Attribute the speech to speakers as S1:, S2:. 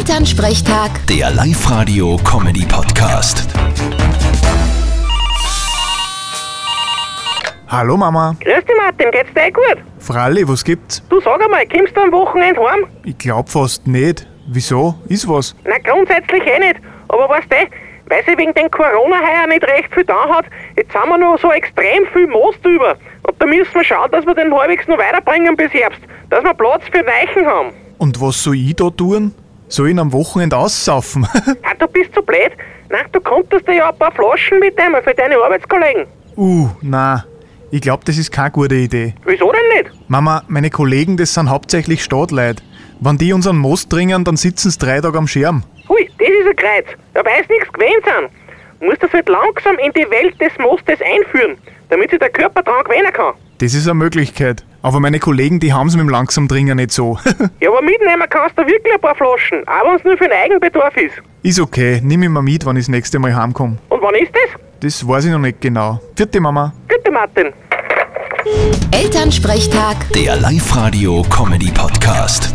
S1: Elternsprechtag,
S2: Der Live-Radio-Comedy-Podcast.
S3: Hallo Mama.
S4: Grüß dich, Martin, geht's dir eh gut?
S3: Fralli, was gibt's?
S4: Du sag einmal, kommst du am Wochenende heim?
S3: Ich glaub fast nicht. Wieso? Ist was?
S4: Na, grundsätzlich eh nicht. Aber weißt du, eh, weil sie wegen den Corona heuer nicht recht viel da hat, jetzt haben wir noch so extrem viel Most über. Und da müssen wir schauen, dass wir den halbwegs noch weiterbringen bis Herbst, dass wir Platz für Weichen haben.
S3: Und was soll ich da tun? Soll ich ihn am Wochenende aussaufen?
S4: Ah, du bist zu blöd. Na, du konntest dir ja ein paar Flaschen mitnehmen für deine Arbeitskollegen.
S3: uh, na. Ich glaub, das ist keine gute Idee.
S4: Wieso denn nicht?
S3: Mama, meine Kollegen, das sind hauptsächlich Stadtleute. Wenn die unseren Most trinken, dann sitzen sie drei Tage am Schirm.
S4: Hui, das ist ein Kreuz. Da weiß nichts gewöhnt sind. Du musst das halt langsam in die Welt des Mostes einführen, damit sich der Körper dran gewöhnen kann.
S3: Das ist eine Möglichkeit. Aber meine Kollegen, die haben's mit dem Langsamdringen nicht so.
S4: Ja, aber mitnehmen kannst du wirklich ein paar Flaschen, auch wenn es nur für den Eigenbedarf ist.
S3: ist okay, nimm ihn mal mit, wenn ich das nächste Mal heimkomme.
S4: Und wann ist das?
S3: Das weiß ich noch nicht genau. Vierte Mama.
S4: Gute Martin.
S1: Elternsprechtag.
S2: Der Live-Radio-Comedy-Podcast.